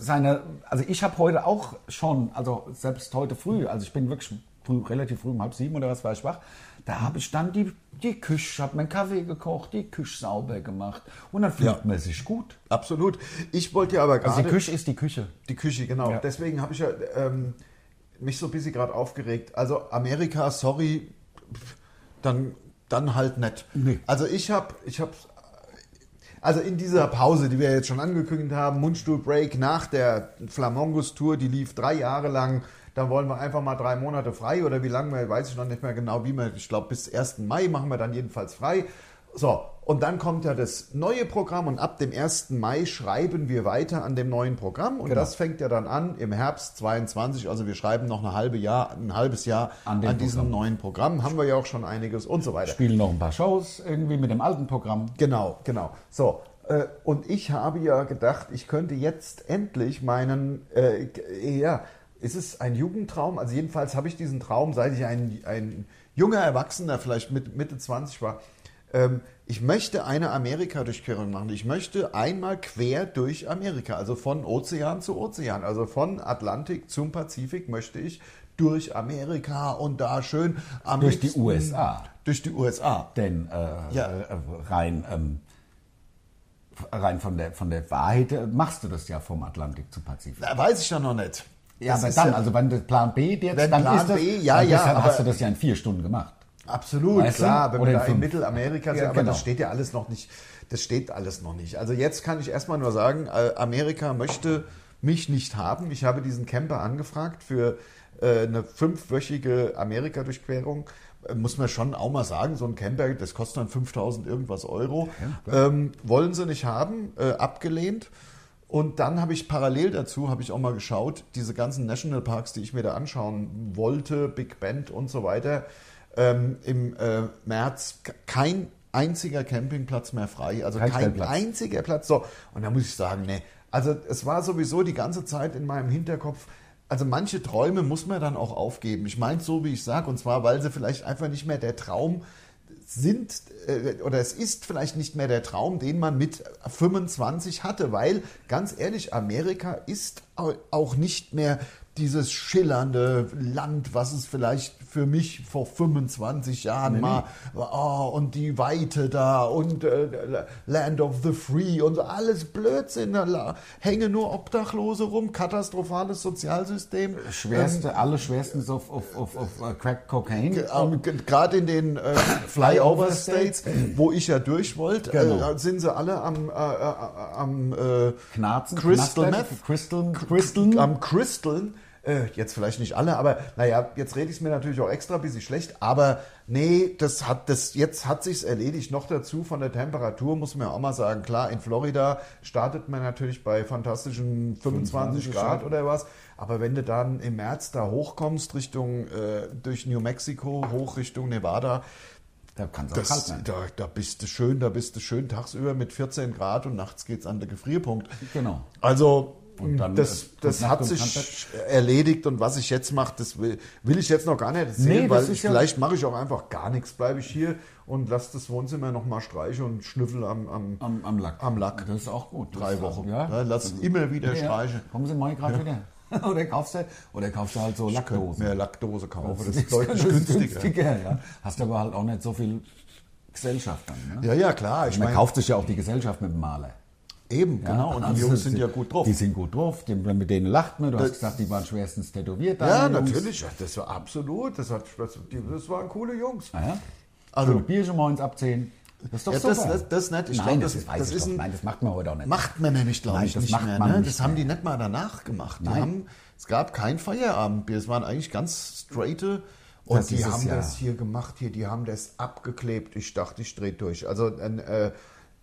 seine, also ich habe heute auch schon, also selbst heute früh, also ich bin wirklich früh, relativ früh um halb sieben oder was war ich wach, Mhm. da habe ich dann die, die Küche, habe meinen Kaffee gekocht, die Küche sauber gemacht und dann fühlt Ja. man sich gut. absolut. Ich wollte ja aber Also gerade. die Küche ist die Küche. die Küche, genau. Ja. Deswegen habe ich ja ähm, mich so ein bisschen gerade aufgeregt. Also, Amerika, sorry, pf, dann, dann halt nicht. Nee. Also, ich habe. Ich hab, also in dieser Pause, die wir jetzt schon angekündigt haben, Mundstuhl-Break nach der Flamongos-Tour, die lief drei Jahre lang. Dann wollen wir einfach mal drei Monate frei oder wie lange, wir- weiß ich noch nicht mehr genau, wie wir, ich glaube bis 1. Mai machen wir dann jedenfalls frei. So, und dann kommt ja das neue Programm und ab dem 1. Mai schreiben wir weiter an dem neuen Programm und Genau. das fängt ja dann an im Herbst 22, also wir schreiben noch eine halbe Jahr, ein halbes Jahr An an, dem diesem Programm. neuen Programm, haben wir ja auch schon einiges und so weiter. Spielen noch ein paar Shows irgendwie mit dem alten Programm. Genau, genau. So. äh, Und ich habe ja gedacht, ich könnte jetzt endlich meinen, äh, g- ja, ist es ein Jugendtraum? Also jedenfalls habe ich diesen Traum, seit ich ein, ein junger Erwachsener, vielleicht mit, Mitte 20 war. Ähm, ich möchte eine Amerika-Durchquerung machen. Ich möchte einmal quer durch Amerika, also von Ozean zu Ozean, also von Atlantik zum Pazifik möchte ich durch Amerika und da schön am Durch die liebsten- USA. Durch die USA. denn äh, Ja. äh, rein, ähm, f- rein von, der, von der Wahrheit äh, machst du das ja vom Atlantik zum Pazifik. Na, weiß ich ja noch nicht. Ja, Das aber ist dann, also wenn der Plan B jetzt, Wenn dann Plan ist das, B, ja, dann ja, bist, dann hast du aber- das ja in vier Stunden gemacht. Absolut, Weißt du? klar, wenn Oder wir in da in fünf. Mittelamerika sind, Ja, aber genau. das steht ja alles noch nicht, das steht alles noch nicht. Also jetzt kann ich erstmal nur sagen, äh, Amerika möchte mich nicht haben. Ich habe diesen Camper angefragt für äh, eine fünfwöchige Amerika-Durchquerung. Äh, Muss man schon auch mal sagen, so ein Camper, das kostet dann 5000 irgendwas Euro. ähm, wollen sie nicht haben, äh, abgelehnt. Und dann habe ich parallel dazu, habe ich auch mal geschaut, diese ganzen Nationalparks, die ich mir da anschauen wollte, Big Bend und so weiter, ähm, im äh, März k- kein einziger Campingplatz mehr frei, also Kein kein, Stellplatz. einziger Platz. So, und da muss ich sagen, nee, also es war sowieso die ganze Zeit in meinem Hinterkopf, also manche Träume muss man dann auch aufgeben. Ich meine so, wie ich sage, und zwar, weil sie vielleicht einfach nicht mehr der Traum sind äh, oder es ist vielleicht nicht mehr der Traum, den man mit 25 hatte, weil ganz ehrlich, Amerika ist au- auch nicht mehr dieses schillernde Land, was es vielleicht für mich vor 25 Jahren mal oh, und die Weite da und äh, Land of the Free und alles Blödsinn. Da la- hängen nur Obdachlose rum, katastrophales Sozialsystem. Schwerste, alle schwersten so auf, auf, auf, auf äh, Crack Cocaine. Ähm, g- Gerade in den äh, Flyover States, wo ich ja durch wollte, Genau. äh, sind sie alle am, äh, äh, äh, am äh, Knarzen. Crystal Knastern, Meth. Crystal, Crystal. am Crystal, äh, jetzt vielleicht nicht alle, aber naja, jetzt rede ich es mir natürlich auch extra ein bisschen schlecht, aber nee, das hat das, jetzt hat sich's erledigt. Noch dazu von der Temperatur muss man ja auch mal sagen, klar, in Florida startet man natürlich bei fantastischen 25, Grad oder was, aber wenn du dann im März da hochkommst, Richtung, äh, durch New Mexico, hoch Richtung Nevada, Da kann es auch kalt das, sein. da, da bist du schön, da bist du schön tagsüber mit 14 Grad und nachts geht's an den Gefrierpunkt. Genau. Also Und dann, äh, das, das Nacht hat und sich erledigt und was ich jetzt mache, das will, will ich jetzt noch gar nicht erzählen, Nee, das weil ist ich, ja- vielleicht mache ich auch einfach gar nichts, bleibe ich hier und lasse das Wohnzimmer nochmal streichen und schnüffel am, am, Am, am Lack. am Lack. Das ist auch gut. drei Das- Wochen. Ja. Ja, lass immer wieder streichen. Kommen Sie mal gerade wieder. Oder kaufst du, oder kaufst du halt so Lackdosen. Mehr Lackdose kaufen, das Das ist deutlich das ist günstiger. ja. Hast aber halt auch nicht so viel Gesellschaft dann. Ne? Ja, ja, klar. Ich Man meine, kauft sich ja auch die Gesellschaft mit dem Maler. eben, Ja? genau. Und die Also Jungs sind ja gut drauf. Die sind gut drauf, die, mit denen lacht man. Du hast gesagt, die waren schwerstens tätowiert. Ja, deine Jungs. natürlich. Ja, Das war absolut. Das, hat, das, die- das waren coole Jungs. Ah, ja? Also- Also Bierchen morgens ab 10. Das ist doch Ja, super. das- das- das nicht. Ich Nein, glaub, das, das- ist, weiß das ich ist doch. ein- Nein, das macht man heute auch nicht. Macht man nämlich, glaube Nein, ich, das nicht macht mehr. man Ne? nicht das haben die nicht mal danach gemacht. Die Nein. haben, es gab kein Feierabendbier. Es waren eigentlich ganz straighte. Und Das die ist es, haben ja. das hier gemacht, hier, die haben das abgeklebt. Ich dachte, ich drehe durch. Also, ein, äh,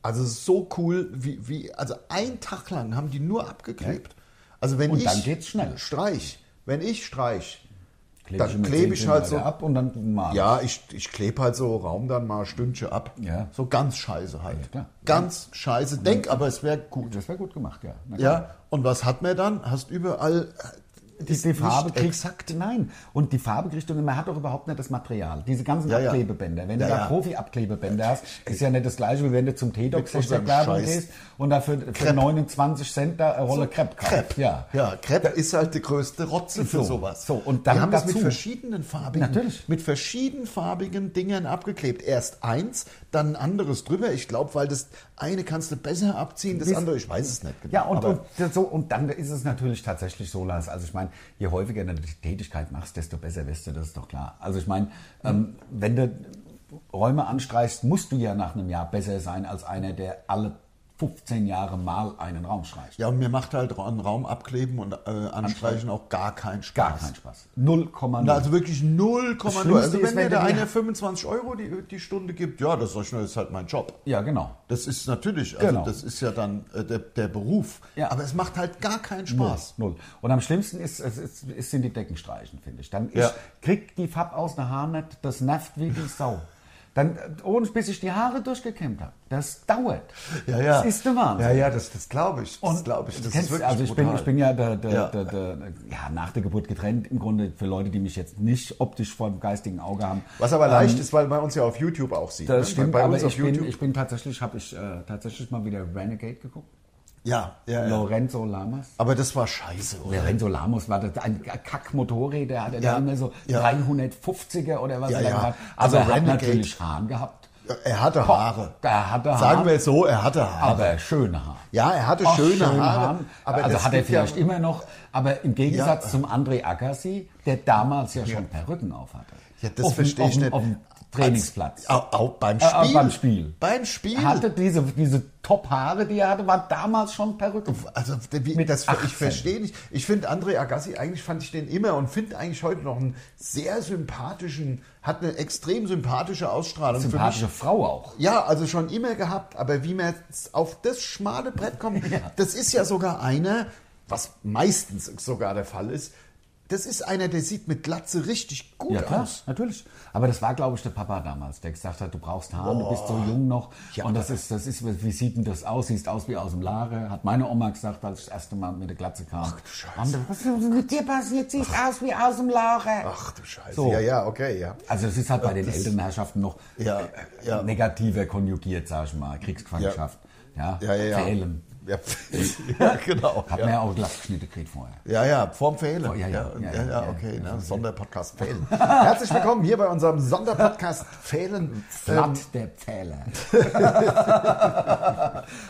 also es ist so cool, wie, wie, also ein Tag lang haben die nur abgeklebt. Also wenn Und ich dann geht's schnell. streich, wenn ich streich, Kleb dann ich immer klebe 10 ich halt Kilometer so ab und dann mal. ja, ich, ich klebe halt so Raum dann mal Stündchen ab. Ja. So ganz scheiße halt. klar. ganz scheiße. Denk, aber es wäre gut. Das wäre gut gemacht, ja. Na klar. Ja, und was hat man dann? Hast überall äh, Die, ist die nicht Farbe ex- kriegt, nein. Und die Farbe kriegt und man hat doch überhaupt nicht das Material. Diese ganzen Ja, ja. Abklebebänder. Wenn Ja, du da ja. Profi-Abklebebänder hast, ist ja nicht das gleiche, wie wenn du zum T-Doc Mit unserem 16 Werbung Scheiß. gehst und dafür für 29 Cent da eine Rolle Crepe kaufst. Crepe. Ja. ja, Crepe ist halt die größte Rotze für So, sowas. so, und dann die haben das mit dazu- verschiedenen farbigen, Natürlich. mit verschiedenfarbigen Dingern abgeklebt. Erst eins, dann ein anderes drüber. Ich glaube, weil das eine kannst du besser abziehen, das Wisst- andere, ich weiß es nicht genau. Ja, und, aber- und, das so, und dann ist es natürlich tatsächlich so, Lars. Also ich meine, je häufiger du die Tätigkeit machst, desto besser wirst du, das ist doch klar. Also ich meine, ähm, wenn du Räume anstreichst, musst du ja nach einem Jahr besser sein als einer, der alle 15 Jahre mal einen Raum streicht. ja, und mir macht halt einen Raum abkleben und äh, anstreichen auch gar keinen Spaß. Gar keinen Spaß. 0,0. Na, also wirklich 0,0. Schlimmste Also ist, wenn mir wenn da du die- einer 25 Euro die, die Stunde gibt, ja, das, sag ich nur, das ist halt mein Job. ja, genau. Das ist natürlich, also Genau. das ist ja dann äh, der, der Beruf. Ja. Aber es macht halt gar keinen Null, Spaß. null. Und am schlimmsten ist, es ist, ist, sind die Deckenstreichen, finde ich. Dann Ja. ich krieg die Farbe aus der Haare nicht, das nervt wie die Sau. Dann, äh, ohne bis ich die Haare durchgekämmt habe. Das dauert. Das ist der Wahnsinn. Ja, ja, das, das glaube ich. Das glaube ich. Du Das kennst, ist wirklich also ich bin, brutal. ich bin ja, der, der, Ja. Der, der, ja nach der Geburt getrennt im Grunde für Leute, die mich jetzt nicht optisch vor dem geistigen Auge haben. Was aber leicht ist, weil man uns ja auf YouTube auch sieht. ne? Das stimmt, bei aber uns auf ich bin, YouTube. ich bin tatsächlich, habe ich äh, tatsächlich mal wieder Renegade geguckt. ja, ja, ja. Lorenzo Lamas. Aber das war scheiße, oder? Lorenzo Lamas war das ein Kackmotorräder, der hatte Ja. da immer so Ja. 350er oder was Ja, er da ja. gehabt hat. Also Also er hat Renegade. natürlich Haaren gehabt. Er hatte Haare. Er hatte Haare, Sagen wir es so, er hatte Haare. aber schöne Haare. Ah. ja, er hatte Ach, schöne Haare. Aber das also hat er gibt ja- vielleicht immer noch, aber im Gegensatz Ja. zum André Agassi, der damals ja schon Perücken auf hatte. Ja, das Auf dem- verstehe auf ich dem- nicht. Auf dem Trainingsplatz. Als- Au, au, beim Äh, Spiel. beim Spiel. Beim Spiel. Er hatte diese, diese Top-Haare, die er hatte, waren damals schon Perücken. also, wie, Mit das, 18. ich verstehe nicht. Ich finde André Agassi, eigentlich fand ich den immer und finde eigentlich heute noch einen sehr sympathischen, hat eine extrem sympathische Ausstrahlung Sympathische Frau auch. für mich. Ja, also schon immer gehabt, aber wie man jetzt auf das schmale Brett kommt, das ist ja sogar einer, was meistens sogar der Fall ist, das ist einer, der sieht mit Glatze richtig gut Ja, klar, aus. ah, natürlich. Aber das war, glaube ich, der Papa damals, der gesagt hat, du brauchst Haare, du bist so jung noch. Ja, und das ist, das ist, wie sieht denn das aus? Siehst aus wie aus dem Lager, hat meine Oma gesagt, als ich das erste Mal mit der Glatze kam. Ach du Scheiße. Was ist mit dir passiert? Siehst aus wie aus dem Lager. Ach du Scheiße. So. Ja, ja, okay, ja. Also es ist halt bei den Elternherrschaften noch Ja, äh, ja. negativer konjugiert, sag ich mal, Kriegsgefangenschaft. Ja, Ja, ja, ja. Fehlen. Ja, ja genau. Hat man ja auch Glasschnitte gekriegt vorher. Ja, ja, vorm Fehlen. Oh, ja, ja, ja, ja, ja, okay, ne? Sonderpodcast Fehlen. Herzlich willkommen hier bei unserem Sonderpodcast Fehlen. Ähm, Flat der Pfähler.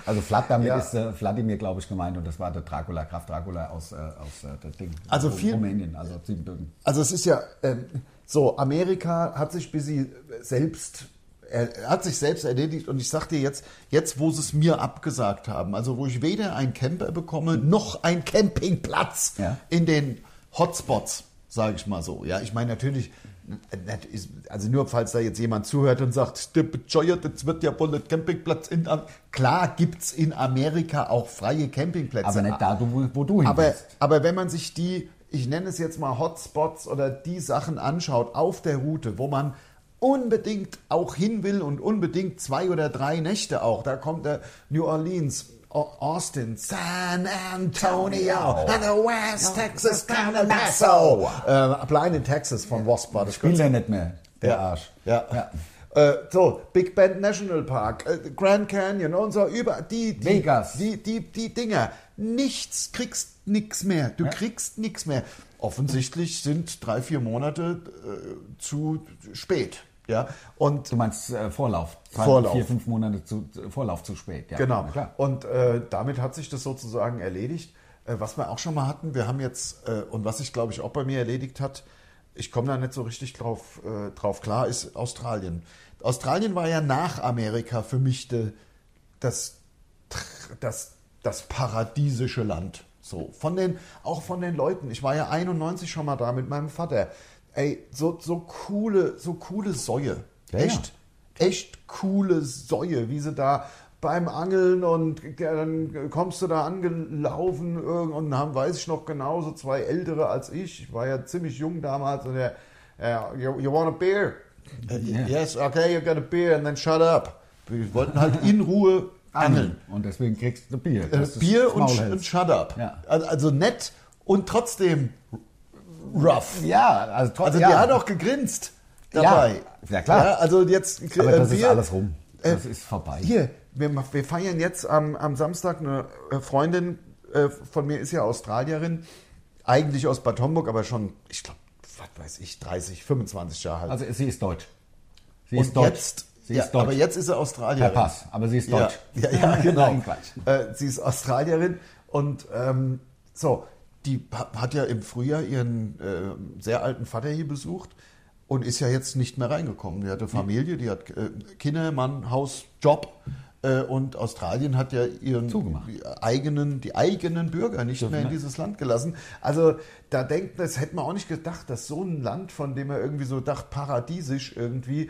also Flat damit Ja. ist äh, Vladimir, glaube ich, gemeint und das war der Dracula, Graf Dracula aus, äh, aus äh, der Ding. Also Ru- viel- Rumänien, also aus Siebenbürgen. also es ist ja ähm, so, Amerika hat sich bis sie selbst er er hat sich selbst erledigt und ich sag dir jetzt, jetzt wo sie es mir abgesagt haben, also wo ich weder einen Camper bekomme, noch einen Campingplatz Ja. in den Hotspots, sage ich mal so. Ja, ich meine natürlich, nicht- ist- also nur falls da jetzt jemand zuhört und sagt, der bescheuert, jetzt wird ja wohl ein Campingplatz in Am Klar gibt's in Amerika auch freie Campingplätze. Aber nicht da, wo, wo du hin Aber, bist. aber wenn man sich die, ich nenne es jetzt mal Hotspots oder die Sachen anschaut auf der Route, wo man unbedingt auch hin will und unbedingt zwei oder drei Nächte auch, da kommt der New Orleans. Au- Austin, San Antonio, and the West Texas, Down El Paso. Äh, Blind in Texas von Wasp war das Spielt er nicht mehr, der Arsch. ja. Äh, so, Big Bend National Park, äh, Grand Canyon und so, über die, die Vegas. Die, die, die Dinger. Nichts, kriegst nichts mehr. Du kriegst nichts mehr. Offensichtlich sind drei, vier Monate äh, zu spät. Ja, und Du meinst äh, Vorlauf. Zwei, Vorlauf. Vier, fünf Monate zu, zu- Vorlauf zu spät. Ja, Genau. na Klar. Und äh, damit hat sich das sozusagen erledigt. Äh, was wir auch schon mal hatten, wir haben jetzt, äh, und was sich, glaube ich, auch bei mir erledigt hat, ich komme da nicht so richtig drauf, äh, drauf klar, ist Australien. Australien war ja nach Amerika für mich de, das, tr- das, das paradiesische Land. So, von den, auch von den Leuten. Ich war ja 91 schon mal da mit meinem Vater. Ey, so, so coole, so coole Säue. Ja, ja. Echt echt coole Säue, wie sie da beim Angeln und ja, dann kommst du da angelaufen irgend- und haben, weiß ich noch genauso, zwei Ältere als ich. Ich war ja ziemlich jung damals und der, ja, you, you want a beer? Äh, Yes, okay, you got a beer and then shut up. Wir wollten halt in Ruhe angeln. Und deswegen kriegst du Bier. Äh, dass du's ins Bier und, Maul sh- hältst. und shut up. Ja. Also, also nett und trotzdem rough. Ja, also Also trotzdem. die ja. hat auch gegrinst dabei. Ja, ja, klar. also jetzt Aber äh, das ist Bier- äh, alles rum. Das ist vorbei. Hier, wir, ma- wir feiern jetzt am, am Samstag eine äh, Freundin äh, von mir ist ja Australierin, eigentlich aus Bad Homburg, aber schon, ich glaube, was weiß ich, 30, 25 Jahre alt. Also sie ist deutsch. Sie Und ist deutsch. jetzt, sie ja, ist deutsch. aber jetzt ist sie Australierin. Per Pass, aber sie ist deutsch. Ja, ja, ja genau. Nein, Quatsch. äh, sie ist Australierin und ähm, so, die ha- hat ja im Frühjahr ihren äh, sehr alten Vater hier besucht und ist ja jetzt nicht mehr reingekommen. Die hatte Familie, die hat äh, Kinder, Mann, Haus, Job. äh, Und Australien hat ja ihren Zugemacht. die eigenen, die eigenen Bürger nicht mehr in dieses Land gelassen. Also da denkt, das hätte man auch nicht gedacht, dass so ein Land, von dem er irgendwie so dacht, paradiesisch irgendwie,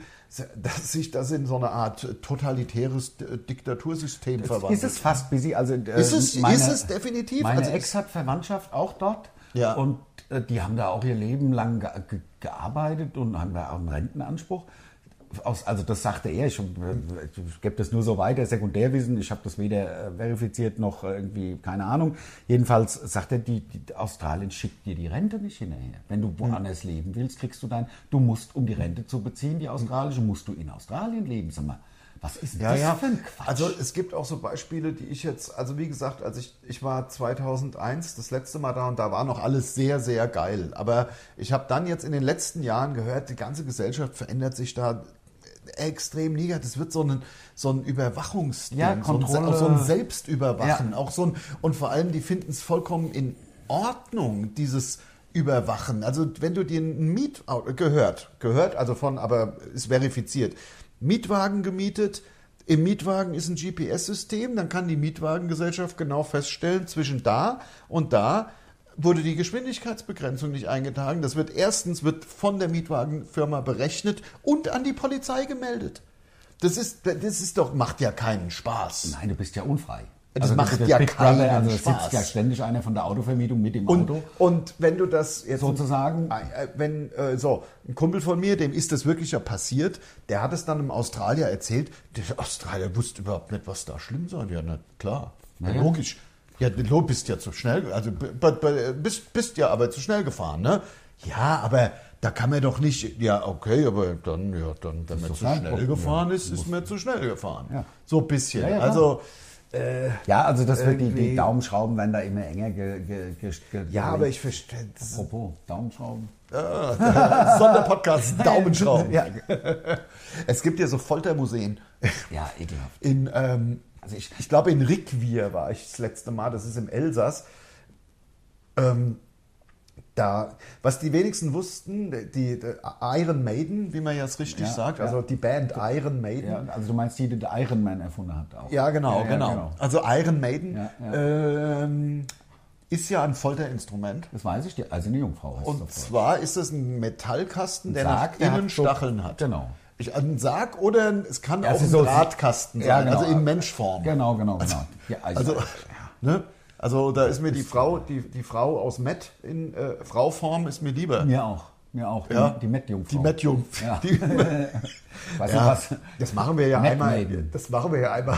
dass sich das in so eine Art totalitäres äh, Diktatursystem verwandelt. Ist es fast busy? Also, äh, Ist es- ist es definitiv. Meine Also Ex hat Verwandtschaft auch dort. Ja. Und äh, die haben da auch ihr Leben lang ge ge gearbeitet und haben da auch einen Rentenanspruch. Aus, also das sagte er, ich, äh, ich gebe das nur so weiter, Sekundärwissen, ich habe das weder äh, verifiziert noch äh, irgendwie, keine Ahnung. Jedenfalls sagt er, die, die Australien schickt dir die Rente nicht hinterher. Wenn du woanders Hm. leben willst, kriegst du dein, du musst, um die Rente zu beziehen, die australische, musst du in Australien leben. Sag mal, was ist ja, das ja. für ein Quatsch? Also es gibt auch so Beispiele, die ich jetzt, also wie gesagt, als ich, ich war 2001 das letzte Mal da und da war noch alles sehr, sehr geil. Aber ich habe dann jetzt in den letzten Jahren gehört, die ganze Gesellschaft verändert sich da extrem negativ. Das wird so ein, so ein Überwachungsding, Ja, so, ein, Se- Kontrolle. auch so ein Selbstüberwachen. Auch so ein, und vor allem, die finden es vollkommen in Ordnung, dieses Überwachen. Also wenn du dir ein Mietauto gehört, gehört, also von, aber ist verifiziert, Mietwagen gemietet, im Mietwagen ist ein GPS-System, dann kann die Mietwagengesellschaft genau feststellen, zwischen da und da wurde die Geschwindigkeitsbegrenzung nicht eingetragen. Das wird erstens wird von der Mietwagenfirma berechnet und an die Polizei gemeldet. Das ist, das ist doch, macht ja keinen Spaß. Nein, du bist ja unfrei. Das macht ja keinen also es Spaß. sitzt ja ständig einer von der Autovermietung mit dem Und, Auto. und wenn du das jetzt Sozusagen. Äh, wenn äh, so ein Kumpel von mir, dem ist das wirklich ja passiert, der hat es dann im Australier erzählt. Der Australier wusste überhaupt nicht, was da schlimm sein. Ja, na klar, ja, Naja. logisch. Ja, du bist ja zu schnell, also b- b- b- bist, bist ja aber zu schnell gefahren, ne? Ja, aber da kann man doch nicht. Ja, okay, aber dann, ja, dann, wenn man doch zu kein schnell Problem. gefahren ist, ist man zu schnell gefahren. Ja. So ein bisschen. Ja, ja, klar. also Ja, also das wird die, die Daumenschrauben werden da immer enger ge, ge, ge, ge Ja, aber ich verstehe. Apropos, Daumenschrauben. Sonderpodcast, Daumenschrauben. Ja, Es gibt ja so Foltermuseen. ja ekelhaft. In, ähm, Also ich, ich glaube, in Rickwihr war ich das letzte Mal, das ist im Elsass. Ähm, da, was die wenigsten wussten, die, die Iron Maiden, wie man ja es richtig Ja, sagt, ja. also die Band Iron Maiden, ja, also du meinst die, die der Iron Man erfunden hat auch. Ja, genau, Ja, ja, genau. genau. Also Iron Maiden Ja, Ähm, ist ja ein Folterinstrument. Das weiß ich, die eiserne Jungfrau heißt Und zwar ist es ein Metallkasten, der nach Sarg, der innen hat so- Stacheln hat. Genau. Ich, ein Sarg oder ein, es kann auch es ein ist so- Drahtkasten sein, Ja, genau. also in Menschform. Genau, genau, genau. Ja, ich- Also, ne? also da ist mir die Frau, die, die Frau aus Met in äh, Frauform ist mir lieber. mir auch. Mir auch. Die, Ja. die Met-Jungfrau. Die Met-Jungf. Ja. Die- Weißt du Ja, was? Das machen wir ja Mad einmal. Maiden. Das machen wir ja einmal,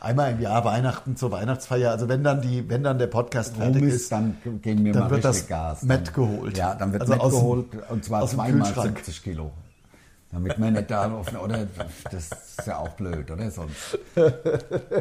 einmal im Jahr Weihnachten zur Weihnachtsfeier. Also wenn dann die, wenn dann der Podcast fertig Rum ist, ist, dann gehen wir dann mal wird richtig das Gas. Met geholt. Ja, dann wird Also Met aus dem- geholt und zwar aus dem zweimal Kühlschrank. 70 Kilo. Damit man nicht da auf, oder? Das ist ja auch blöd, oder? Sonst.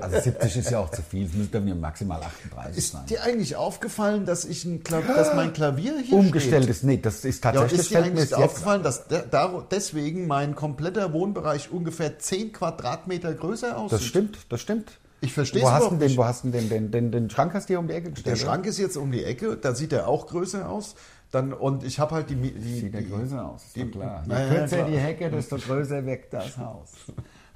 Also 70 ist ja auch zu viel. Es müsste mir maximal 38 ist sein. dir eigentlich aufgefallen, dass ich ein Kla dass mein Klavier hier steht? Umgestelltes, nee, das ist Ja, tatsächlich, ist dir fällt mir eigentlich jetzt aufgefallen, dass de- dar- deswegen mein kompletter Wohnbereich ungefähr 10 Quadratmeter größer aussieht? Das stimmt, das stimmt. Ich versteh's Wo hast überhaupt du den, nicht. wo hast du den, den, den, den Schrank hast du hier um die Ecke Der gestellt? oder? Schrank ist jetzt um die Ecke, da sieht er auch größer aus. Dann, und ich habe halt die, Mi- die, Sieht der die größer aus, ist die- doch klar. Je Na ja, also- kürzer klar. die Hecke, desto größer wirkt das Haus.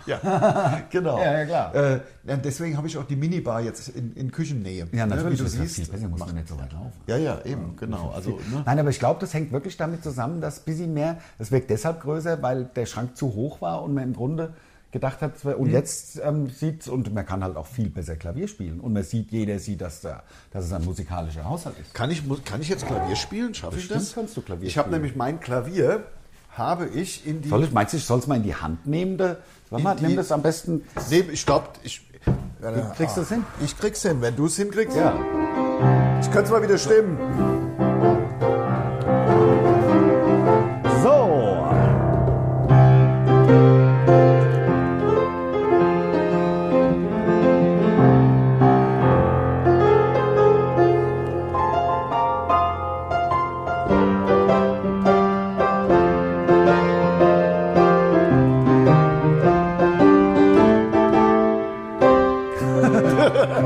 Ja, genau. Ja, ja, klar. Äh, ja, deswegen habe ich auch die Minibar jetzt in, in Küchennähe. Ne, Wie das du ist siehst. viel besser, muss man nicht so weit laufen. Ja, ja, eben, genau. Also, ne? Nein, aber ich glaube, das hängt wirklich damit zusammen, dass ein bisschen mehr, es wirkt deshalb größer, weil der Schrank zu hoch war und man im Grunde gedacht hat, es wär- und Mhm. jetzt ähm, sieht's und man kann halt auch viel besser Klavier spielen und man sieht, jeder sieht, dass, da, dass es ein musikalischer Haushalt ist. Kann ich, muss- kann ich jetzt Klavier spielen? Schaffe ich Bestimmt das? kannst du Klavier ich habe spielen. nämlich mein Klavier, habe ich in die... Soll ich, meinst du, ich soll es mal in die Hand nehmen? Da, Warte mal, In die- nimm das am besten. Nee, ich glaube, ich... Du kriegst das hin? Ich krieg's hin, wenn du es hinkriegst. Ja. Ich könnte es mal wieder stimmen. So.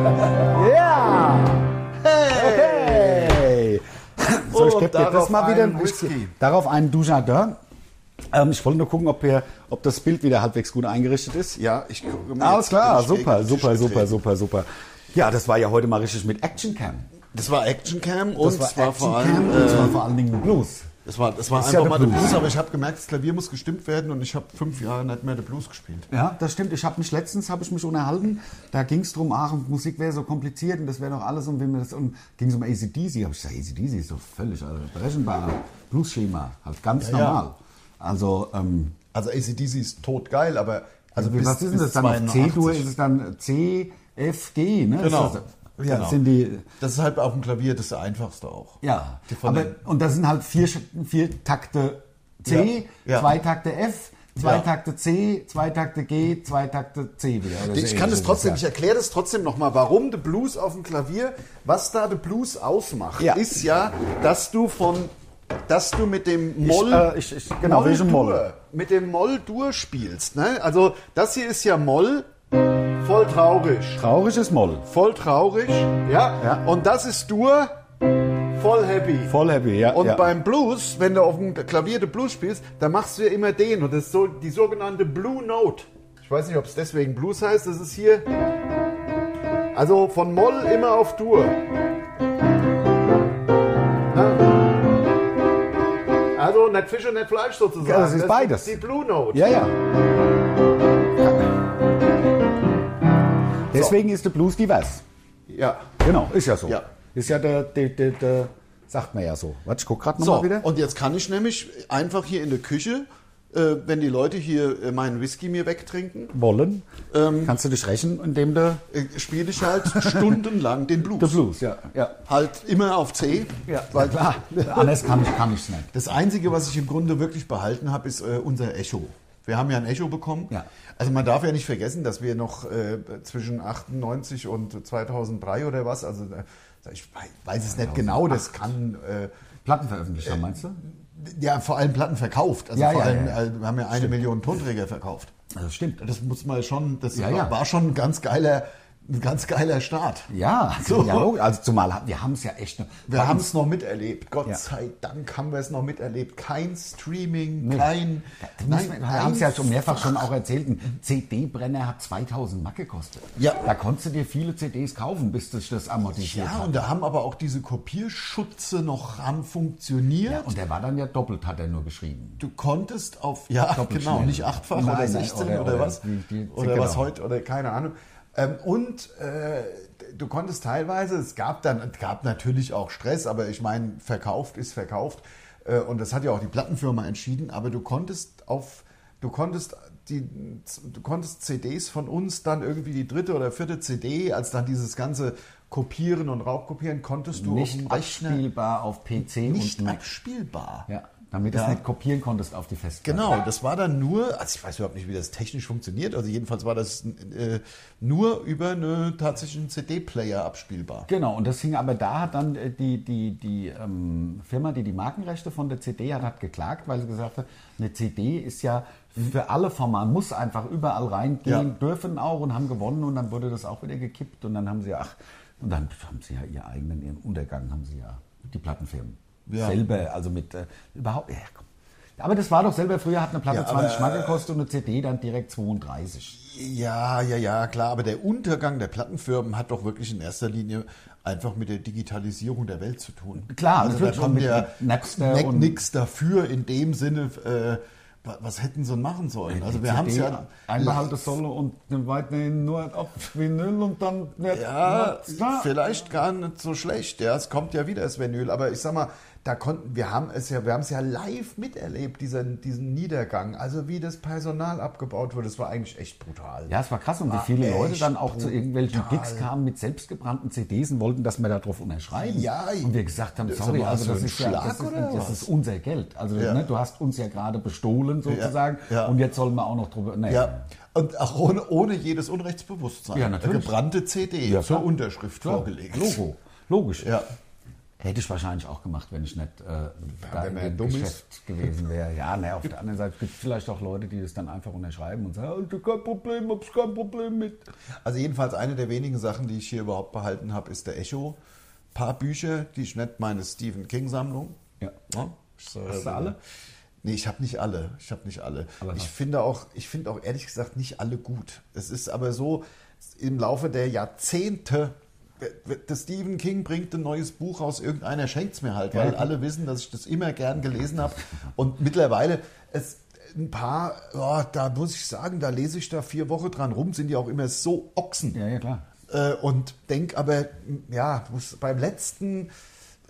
Ja! Hey! So, ich Und geb dir darauf das mal wieder. einen Whisky. Darauf einen Dujardin. Ähm, ich wollte nur gucken, ob, wir, ob das Bild wieder halbwegs gut eingerichtet ist. Ja, ich gucke mal Alles jetzt, klar, wenn ich gegen super, den super, Tisch super, trete. super, super. Ja, das war ja heute mal richtig mit Action Cam. Das war Actioncam und das es war vor allem... äh, Actioncam und zwar vor allen Dingen Blues. Das war, das war Ist einfach ja der mal der Blues. Blues, aber ich habe gemerkt, das Klavier muss gestimmt werden und ich habe fünf Jahre nicht mehr den Blues gespielt. Ja, das stimmt. Ich habe mich letztens habe ich mich unterhalten. Da ging es darum, ach, Musik wäre so kompliziert und das wäre doch alles und wie mir das und ging es um ACDC. Habe ich gesagt, ACDC ist so völlig also berechenbarer Blues-Schema, halt ganz ja. normal. Also ähm, Also ACDC ist tot geil, aber also wie- bis, was ist denn bis das dann auf 82. C-Dur? Ist es dann C, F, G? Ne? Genau. Ist das, das Genau. sind die Das ist halt auf dem Klavier das einfachste auch. Ja, Die von aber, den- und das sind halt vier, Sch- vier Takte C, Ja, ja. zwei Takte F, zwei Ja. Takte C, zwei Takte G, zwei Takte C wieder. oder so Ich kann ähnlich das trotzdem, ist ich erkläre das trotzdem nochmal, warum der Blues auf dem Klavier, was da der Blues ausmacht, Ja. ist ja, dass du von, dass du mit dem das. Moll, äh, ich, ich, genau, welche Moll? Dur, mit dem Moll Dur spielst, ne? Also, das hier ist ja Moll, voll traurig. Traurig ist Moll. voll traurig. Ja? Ja. Und das ist Dur, voll happy. Voll happy, ja. und ja. beim Blues, wenn du auf dem Klavier den Blues spielst, dann machst du ja immer den. Und das ist so die sogenannte Blue Note. Ich weiß nicht, ob es deswegen Blues heißt. Das ist hier. Also von Moll immer auf Dur. Ne? Also nicht Fisch und nicht Fleisch sozusagen. Ja, das ist beides. Die Blue Note. ja, ja. Deswegen ist der Blues divers. ja. Genau, ist ja so. Ja. Ist ja der, der, der, der, sagt man ja so. Warte, ich guck gerade So, nochmal wieder. und jetzt kann ich nämlich einfach hier in der Küche, äh, wenn die Leute hier äh, meinen Whisky mir wegtrinken, Wollen. Ähm. Kannst du dich rächen, indem du Ah, äh, spiele ich halt stundenlang den Blues. der Blues, ja. ja. Halt immer auf C. Ja, Ah. weil klar. Anders kann ich kann ich's nicht. das Einzige, was ich im Grunde wirklich behalten habe, ist äh, unser Echo. Wir haben ja ein Echo bekommen. Ja. Also man darf ja nicht vergessen, dass wir noch äh, zwischen 98 und 2003 oder was, also äh, ich weiß es nicht genau, das kann... Äh, Platten veröffentlicht haben, meinst du? ja, vor allem Platten verkauft. Also Ja, vor ja, allem, ja. äh, wir haben ja eine Million Tonträger verkauft. Das stimmt. Das muss man schon, das Ja, war, ja. war schon ein ganz geiler, ein ganz geiler Start. Ja, So. ja logisch. also zumal hat- wir haben es ja echt. noch- Wir haben es noch miterlebt. Gott Ja. sei Dank haben wir es noch miterlebt. Kein Streaming, Nee. kein. Das muss man- wir haben es ja schon einfach- mehrfach schon auch erzählt. Ein CD-Brenner hat 2000 Mark gekostet. Ja. Da konntest du dir viele CDs kaufen, bis sich das amortisiert Ja, hat. und da haben aber auch diese Kopierschutze noch haben funktioniert. Und der war dann ja doppelt, hat er nur geschrieben. du konntest auf, ja, Doppelt genau, schnell. nicht achtfach Nein, oder nein, 16 oder- oder, oder was. die- die- oder was genau. heute oder keine Ahnung. Ähm, und äh, du konntest teilweise, es gab dann, es gab natürlich auch Stress, aber ich meine, verkauft ist verkauft. Äh, und das hat ja auch die Plattenfirma entschieden, aber du konntest auf, du konntest die, du konntest CDs von uns dann irgendwie die dritte oder vierte CD, als dann dieses ganze Kopieren und Raubkopieren, konntest du auf Nicht dem Rechner abspielbar auf PC nicht und Mac. abspielbar. Ja, damit du es Ja. nicht kopieren konntest auf die Festplatte. Genau, das war dann nur, also ich weiß überhaupt nicht, wie das technisch funktioniert, also jedenfalls war das äh, nur über einen tatsächlichen CD-Player abspielbar. Genau, und das hing aber da hat dann äh, die, die, die ähm, Firma, die die Markenrechte von der CD hat, hat geklagt, weil sie gesagt hat, eine CD ist ja für alle Formate, muss einfach überall reingehen, Mhm. Ja. dürfen auch und haben gewonnen und dann wurde das auch wieder gekippt und dann haben sie, ach, und dann haben sie ja ihr eigenen, ihren Untergang haben sie ja, die Plattenfirmen. Ja. Selber, also mit, äh, überhaupt, ja komm. Aber das war doch selber, früher hat eine Platte Ja, 20 Mark aber- äh, gekostet und eine CD dann direkt 32. Ja, ja, ja, klar, aber der Untergang der Plattenfirmen hat doch wirklich in erster Linie einfach mit der Digitalisierung der Welt zu tun. Klar, also da natürlich kann mit der Napster Mac und- nix dafür in dem Sinne, äh, wa- was hätten sie machen sollen? Also wir haben es ja eh. einmal halt das Solo und dann weiterhin nur auf Vinyl und dann wird Ja, na, vielleicht gar nicht so schlecht. Ja, es kommt ja wieder das Vinyl, aber ich sag mal, da konnten wir haben es ja, wir haben es ja live miterlebt, diesen, diesen Niedergang. Also wie das Personal abgebaut wurde, das war eigentlich echt brutal. ja, es war krass und wie War viele Ah, echt Leute dann auch zu irgendwelchen brutal. Gigs kamen mit selbstgebrannten CDs und wollten, dass wir da drauf unterschreiben. Ja, und wir gesagt haben, das ist sorry, aber also so das ein ist, ja, Schlag das, ist, oder das was? ist unser Geld. Also Ja. ne, du hast uns ja gerade bestohlen sozusagen ja. und jetzt sollen wir auch noch drüber. Nee. Ja, und auch ohne, ohne jedes Unrechtsbewusstsein. Ja, natürlich. Gebrannte CD Ja, zur klar. Unterschrift Klar, vorgelegt. Logo, logisch. Ja. Hätte ich wahrscheinlich auch gemacht, wenn ich nicht äh, da wenn in man dem dumm ist. Geschäft gewesen wäre. Ja, naja, auf der anderen Seite gibt es vielleicht auch Leute, die das dann einfach unterschreiben und sagen, "Alter, kein Problem, hab's kein Problem mit. Also jedenfalls eine der wenigen Sachen, die ich hier überhaupt behalten habe, ist der Echo. Paar Bücher, die ich nicht meine Stephen King Sammlung. Ja. Ja, ich soll- Hast du alle? Nee, ich habe nicht alle. Ich habe nicht alle. Aber ich was? finde auch, ich finde auch ehrlich gesagt nicht alle gut. Es ist aber so, im Laufe der Jahrzehnte, äh, das Stephen King bringt ein neues Buch raus, irgendeiner schenkt es mir halt, weil Ja. alle wissen, dass ich das immer gern gelesen habe. Und mittlerweile, es ein paar, ja, da muss ich sagen, da lese ich da vier Wochen dran rum, sind die auch immer so Ochsen. Ja, ja, klar. Äh, und denk aber, m, ja, muss beim letzten,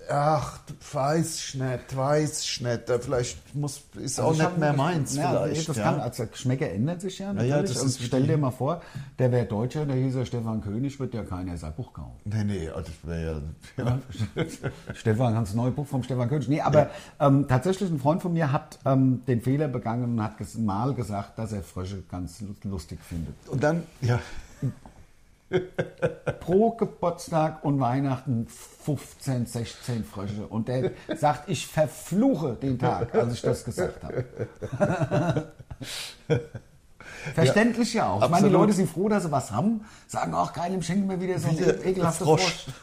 ach, weiß ich nicht, weiß ich nicht, da vielleicht muss, ist auch Also ich nicht hab- mehr meins Ja, vielleicht. Das ja. kann, also Geschmäcker ändern sich ja ja, natürlich. das und ist wie stell die- dir mal vor, der wäre Deutscher, der hieß ja Stefan König, wird ja keiner sein Buch kaufen. Nee, nee, also das wäre ja, ja. Stefan, ganz neue Buch vom Stefan König. Nee, aber ähm, tatsächlich ein Freund von mir hat ähm, den Fehler begangen und hat ges mal gesagt, dass er Frösche ganz lu- lustig findet. Und dann, ja, pro Geburtstag und Weihnachten 15, 16 Frösche. Und der sagt, ich verfluche den Tag, als ich das gesagt habe. Verständlich ja, auch. Ich meine, die absolut. Leute sind froh, dass sie was haben, sagen auch geil, im schenken wir wieder so ein Wieder ekelhaftes äh, Frosch. Frosch.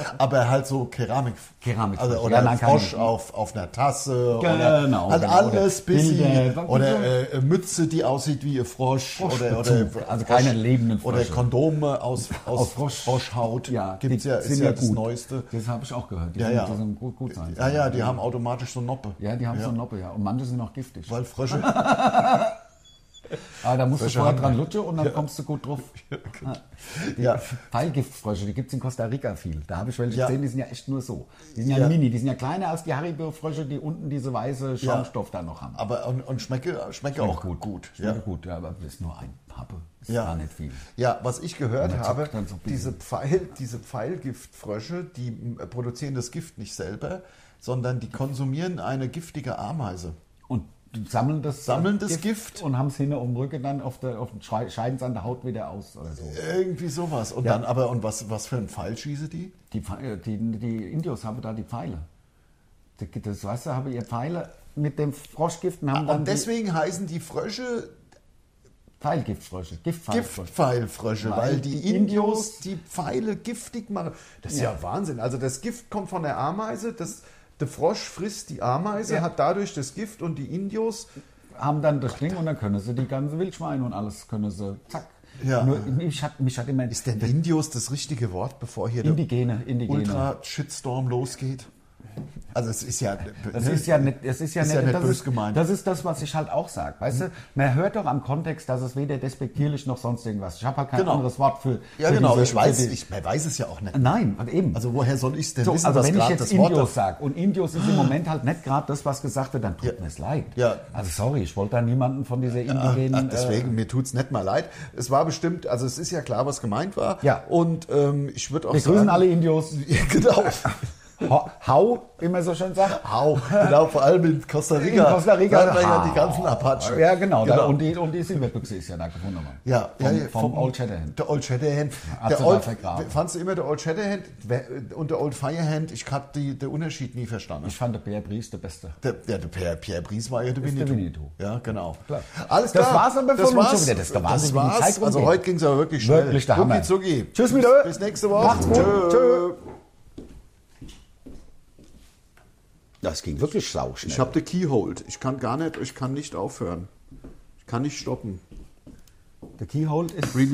aber halt so Keramik. Keramik- Also, Ja, oder nein, kann Frosch ich- auf, auf einer Tasse. Genau, oder, halt genau, alles oder bisschen. Bilder. Oder äh, Mütze, die aussieht wie ein Frosch. oder, oder Froschbezug, also keine lebenden Oder Frösche. Kondome aus, aus, Aus Frosch- Froschhaut. Ja, gibt's die ja, ist sind ja, ja das gut. Neueste. Das habe ich auch gehört. Die Ja, sind, ja. Die sind gut, gut sein. Ja, ja, die haben automatisch so Noppe. Ja, die haben so Noppe, ja. Und manche sind auch giftig. Weil Frösche. Ah, da musst Frösche du vorher haben- dran lutschen und dann kommst du gut drauf. Ah. Die genau. Ja. Pfeilgiftfrösche, die gibt es in Costa Rica viel. Da habe ich welche Ja. gesehen, die sind ja echt nur so. Die sind ja, Ja. mini, die sind ja kleiner als die Haribo-Frösche, die unten diese weiße Schaumstoff da noch haben. Aber und, und schmecke, schmecke auch gut. Ja. Ja. gut, ja, aber das ist nur ein Pappe. Ist Ja. gar nicht viel. Ja, was ich gehört Man habe, zuckt dann so ein diese, Pfeil, diese Pfeilgiftfrösche, die äh, m, produzieren das Gift nicht selber, sondern die konsumieren eine giftige Ameise. Und sammeln das, Sammeln das Gift. und haben es hinter um den Rücken dann auf der, auf den Schrei- scheiden es an der Haut wieder aus oder so. Irgendwie sowas. Und dann aber, und was, was für einen Pfeil schieße die? Die, Pfe- die, die Indios haben da die Pfeile. Die- Das Wasser haben ihr Pfeile mit dem Froschgift und haben dann Ah, Und deswegen heißen die Frösche die Pfeilgiftfrösche, Giftpfeilfrösche. Giftpfeilfrösche, weil, Weil die, die Indios die Pfeile giftig machen. Das ist ja. Wahnsinn. Also das Gift kommt von der Ameise, das, der Frosch frisst die Ameise, Ja. hat dadurch das Gift und die Indios haben dann das Ding und dann können sie die ganzen Wildschweine und alles können sie zack. Ja. Nur, mich, hat, mich hat immer Ist denn Indios das richtige Wort, bevor hier Indigene, der Indigene. Ultra-Shitstorm losgeht? Also es ist ja... Das ist ja nicht, das ist ja ne? Ist nicht, ja nicht das bös ist, gemeint. Mhm. Das ist das, was ich halt auch sage. Weißt du, man hört doch am Kontext, dass es weder despektierlich noch sonst irgendwas. Ich habe halt kein Genau. anderes Wort für. Ja für genau, diese- ich weiß, für die- ich, man weiß es ja auch nicht. Nein, eben. Also woher soll ich es denn So, wissen, also was wenn ich gerade jetzt das Wort Indios sage und Indios ist im Moment halt nicht gerade das, was gesagt wird, dann tut Ja. mir es leid. Ja. Also sorry, ich wollte da niemanden von dieser indigenen... äh, Ach, deswegen, mir tut's nicht mal leid. Es war bestimmt, also es ist ja klar, was gemeint war. Ja. Und ähm, ich würde auch Äh, wir sagen... grüßen alle Indios. genau. Ho- Hau, wie man so schön sagt. Hau, genau, vor allem in Costa In Rica. Costa Rica. Da hat man ja die Hau. ganzen Apachen. Ja, genau. Da, genau. und, die, und die Silberbüchse ist ja da gefunden worden. Ja, vom, ja, ja, vom, Old Shatterhand. Der Old Shatterhand. Hat Der sie Old, da vergraben. fandst du immer der Old Shatterhand wer- und der Old Firehand? Ich hab die den Unterschied nie verstanden. Ich fand der Pierre Brice der Beste. der, ja, der Pierre, Pierre Brice war ja der Winnetou. Winnetou. Ja, genau. Klar. Alles Das klar. war's aber das von uns war's. schon wieder. Das war Das wahnsinnig, wie die war's. Zeit rumgeht. Also heute ging's aber wirklich schnell. Wirklich der Hammer. Zucki. Tschüss mit Ö. Bis nächste Woche. Macht's gut. Tschö. Das ging wirklich sauschnell. Ich habe den Keyhold. Ich kann gar nicht, ich kann nicht aufhören. Ich kann nicht stoppen. der Keyhole ist...